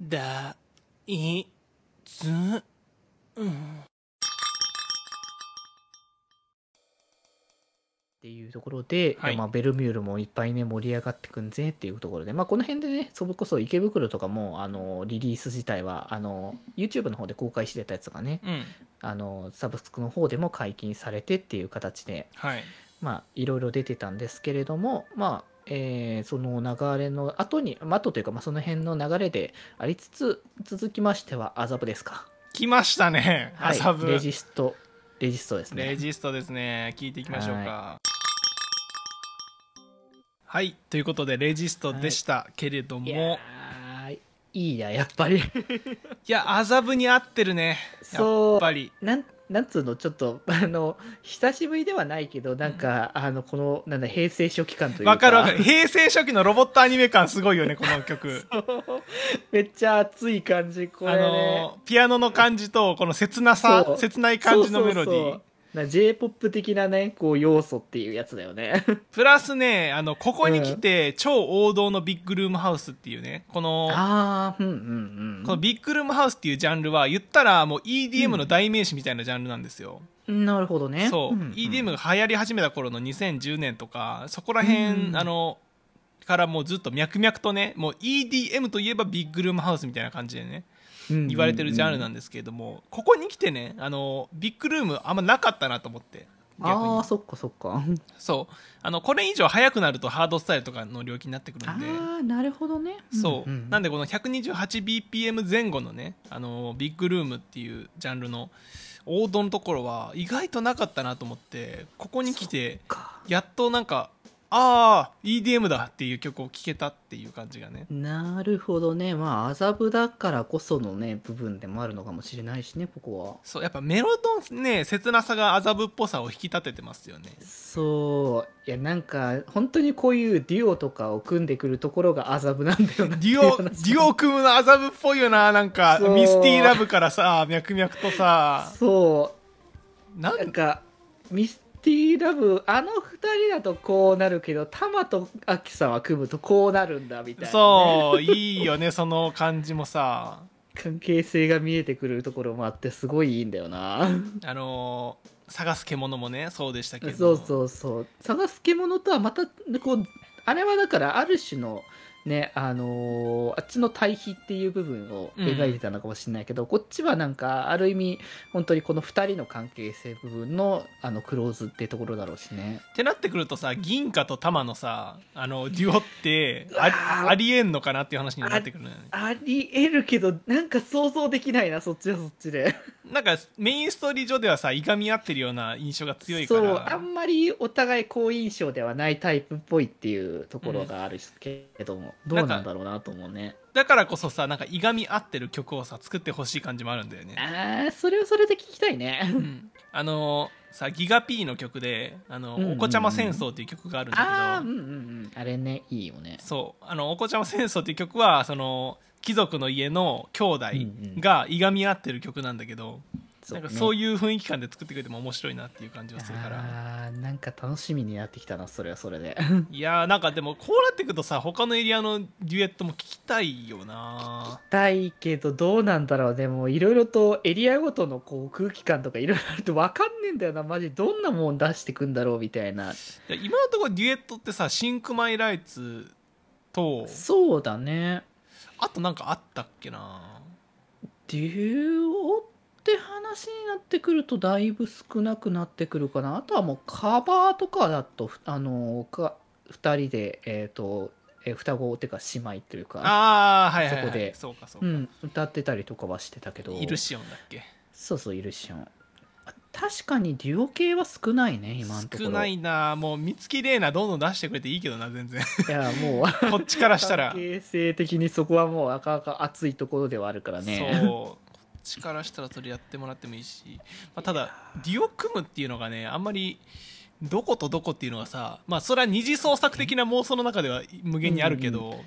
だ、い、つ、うん。っていうところで、はいまあ、ベルミュールもいっぱいね盛り上がってくんぜっていうところで、まあ、この辺でねそれこそ池袋とかもあのリリース自体はあの YouTube の方で公開してたやつがねうん。あのサブスクの方でも解禁されてっていう形ではい。まあいろいろ出てたんですけれどもまあえーその流れの後に、まあ後というか、まあ、その辺の流れでありつつ続きましては麻布ですか来ましたね、はい麻布。レジストレジストですねレジストですね聞いていきましょうかはい、ということでレジストでしたけれども、いやい、ーいいややっぱり や麻布に合ってるねやそっうぱりなんなんつうのちょっと あの久しぶりではないけどなんか、あのこのなんだ平成初期感というかわかるわかる平成初期のロボットアニメ感すごいよねこの 曲めっちゃ熱い感じこれ、あね、のピアノの感じとこの切なそさう切ない感じのメロディーそうそうそうな J-POP 的なねこう要素っていうやつだよねプラスねあのここに来て、超王道のビッグルームハウスっていうねこの ああうんうんうんこのビッグルームハウスっていうジャンルは言ったらもう EDM の代名詞みたいなジャンルなんですよ、なるほどねそう、んん EDM が流行り始めた頃の2010年とかそこら辺、うんあのからもうずっと脈々とねもう EDM といえばビッグルームハウスみたいな感じでねうんうんうん言われてるジャンルなんですけれども、ここに来てねあのビッグルームあんまなかったなと思って逆あにあそっかそっかそうあのこれ以上速くなるとハードスタイルとかの領域になってくるんでああなるほどねそう、んんなんでこの 128bpm 前後のねあのビッグルームっていうジャンルの王道のところは意外となかったなと思ってここに来てかやっとなんかああ EDM だっていう曲を聴けたっていう感じがねなるほどねまあ麻布だからこそのね部分でもあるのかもしれないしねここはそうやっぱメロドンね切なさが麻布っぽさを引き立ててますよねそういやなんか本当にこういうデュオとかを組んでくるところが麻布なんだよなデュ オデュオ組むの麻布っぽいよななんかそうミスティラブからさ脈々とさそなうなんんかミスティラブあの二人だとこうなるけどタマとアキさんは組むとこうなるんだみたいなね、そういいよねその感じもさ関係性が見えてくるところもあってすごいいいんだよなあのー探す獣もねそうでしたけどそうそうそう探す獣とはまたこうあれはだからある種のねあのーあっちの対比っていう部分を描いてたのかもしれないけど、こっちはなんかある意味本当にこの2人の関係性部分のあのクローズってところだろうしねってなってくるとさ銀貨と玉のさあのデュオってうわありーありえんのかなっていう話になってくるのよねありえるけどなんか想像できないなそっち はそっちでなんかメインストーリー上ではさいがみ合ってるような印象が強いかそうらあんまりお互い好印象ではないタイプっぽいっていうところがあるけども、どうなんだろうなと思うねだからこそさなんかいがみ合ってる曲をさ作ってほしい感じもあるんだよね、あーそれはそれで聞きたいねうん、あのーさギガ P の曲で「あのうんうんうおんこちゃま戦争」っていう曲があるんだけどああうんうんうんあれねいいよねそうあのおこちゃま戦争っていう曲はその貴族の家の兄弟うんうんがいがみ合ってる曲なんだけど、なんかそううねいう雰囲気感で作ってくれても面白いなっていう感じはするからあーなんか楽しみになってきたなそれはそれでいやーなんかでもこうなってくるとさ他のエリアのデュエットも聞きたいよなたいけどどうなんだろうねもういろいろとエリアごとのこう空気感とかいろいろあると分かんねえんだよなマジどんなもん出してくんだろうみたいないや今のところデュエットってさ「シンクマイライツ」とそうだねあとなんかあったっけなデュオって話になってくるとだいぶ少なくなってくるかなあとはもうカバーとかだとふあのか2人でえっ、と、えー双子っていうか姉妹というかああはいはい、はい、そこでそうかそううか、ん、歌ってたりとかはしてたけどイルシオンだっけそうそうイルシオンあ確かにデュオ系は少ないね今のところ少ないなもう三月玲奈どんどん出してくれていいけどな全然いやもう こっちからしたら 関係性的にそこはもうなかなか熱いところではあるからねそうこっちからしたらそれやってもらってもいいし、まあ、ただデュオ組むっていうのがねあんまりどことどこっていうのがさまあそれは二次創作的な妄想の中では無限にあるけど、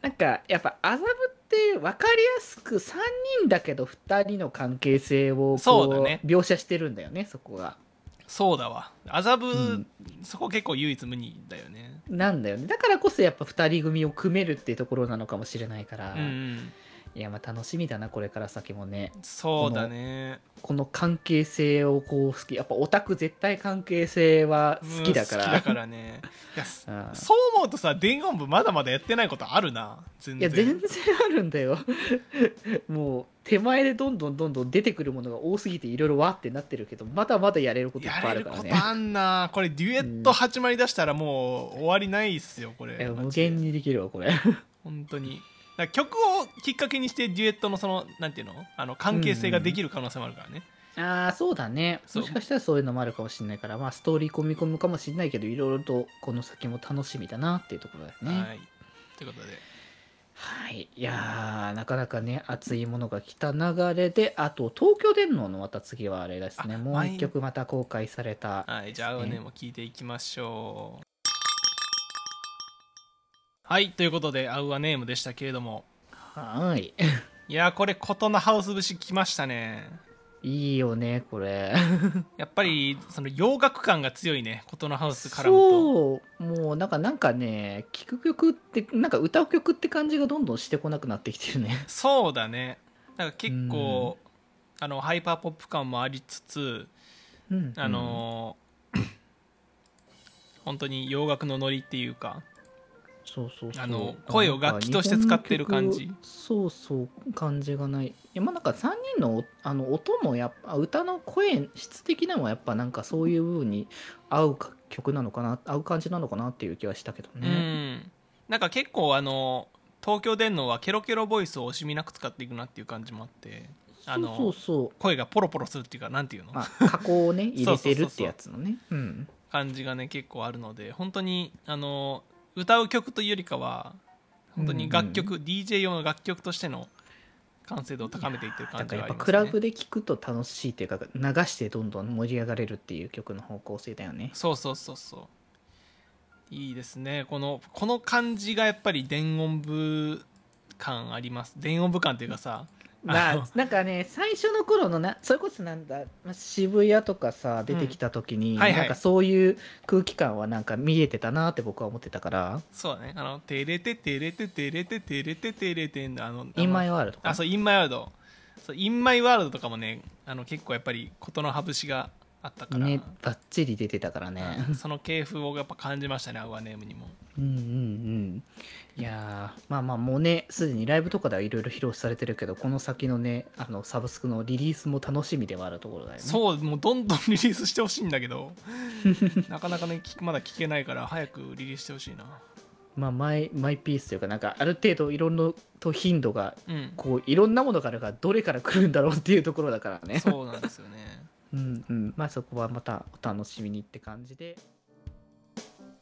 なんかやっぱ麻布って分かりやすく3人だけど2人の関係性をこうそうだね描写してるんだよねそこがそうだわ麻布、んそこ結構唯一無二だよねなんだよねだからこそやっぱ2人組を組めるっていうところなのかもしれないから、うんいやまあ楽しみだなこれから先もねそうだねこの関係性をこう好きやっぱオタク絶対関係性は好きだから,、うん好きだから ねいやうんそう思うとさ伝言部まだまだやってないことあるな全いや然全然あるんだよ もう手前でどんどんどんどん出てくるものが多すぎていろいろわーってなってるけどまだまだやれることいっやぱいあれるるかこらとねあんなこれデュエット始まりだしたらもう終わりないっすよこいれやマ無ジで限にできるわこれ本当にだから曲をきっかけにしてデュエットのそのなんていうのあの関係性ができる可能性もあるからね、ああ そうだねそうもしかしたらそういうのもあるかもしれないからまあストーリー込み込むかもしれないけどいろいろとこの先も楽しみだなっていうところだよねはいということではい、いやーなかなかね熱いものが来た流れであと東京電脳のまた次はあれですねあもう毎一曲また公開された、はい、じゃあ、青ねも聞いていきましょう。はい、ということで、アウアネームでしたけれども。はい いやー、これ、ことのハウス節来ましたね。いいよねこれやっぱり、その洋楽感が強いね、ことのハウス絡むと。そうもうなんかなんかね聴く曲ってなんか歌う曲って感じがどんどんしてこなくなってきてるねそうだね。なんか結構、あの、ハイパーポップ感もありつつ、うんあのー本当に洋楽のノリっていうか、そうそうそうあの声を楽器として使ってる感じ日本の曲そうそう感じがないいやまあなんか3人のあの音もやっぱ歌の声質的なのはやっぱなんかそういう部分に合うか曲なのかな合う感じなのかなっていう気はしたけどうね、ん、なんか結構あの東京電脳はケロケロボイスを惜しみなく使っていくなっていう感じもあってあのそうそうそ声がポロポロするっていうかなんていうのう、まあ、加工を ね入そうれそうそうそうてるってやつのねうん感じがね結構あるので本当にあの歌う曲というよりかは本当に楽曲、DJ 用の楽曲としての完成度を高めていってるだ感かじがらやあっりまぱすねクラブで聴くと楽しいっていうか流してどんどん盛り上がれるっていう曲の方向性だよねそうそうそうそういいですねこのこの感じがやっぱり電音部感あります電音部感っていうかさまあのあ、なんかね最初の頃のなそれこそなんだ、まあ、渋谷とかさ出てきた時に、んはいはいなんかそういう空気感はなんか見えてたなって僕は思ってたからそうだね。あの、テレテテレテテレテテレテテレテンの、あの、 「インマイイワールド」とあ、かそう、インマイワールド。そう、インマイワールドとかもね、あの、結構やっぱり、ことの羽節があったから、ねばっちり出てたからねその系譜をやっぱ感じましたね、アワネームにも。うんうんうんいやーまあまあもうねすでにライブとかではいろいろ披露されてるけどこの先のねあのサブスクのリリースも楽しみではあるところだよねそう、もうどんどんリリースしてほしいんだけ ど、なかなかね、聞まだ聞けないから、早くリリースしてほしいな。まあマイマイピースというかなんかある程度いろんなと頻度がうん。こういろんなものがあるからどれから来るんだろうっていうところだからねそうなんですよね。うんうん、まあそこはまたお楽しみにって感じで。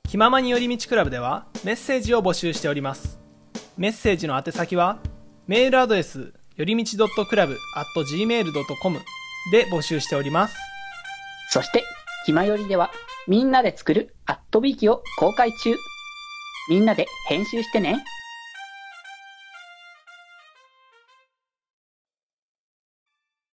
気ままに寄り道クラブではメッセージを募集しておりますメッセージの宛先はメールアドレスよりみち .club.gmail.com で募集しておりますそして、ひまよりでは、みんなで作るアットビーキを公開中。みんなで編集してね。